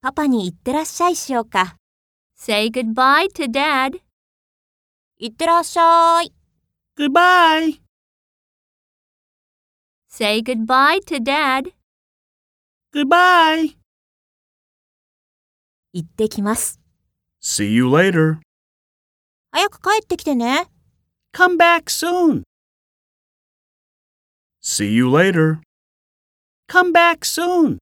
パパに行ってらっしゃいしようか。 Say goodbye to Dad. 行ってらっしゃい。 Goodbye. Say goodbye to Dad. Goodbye. 行ってきます。 See you later. 早く帰ってきてね。 Come back soon. See you later. Come back soon.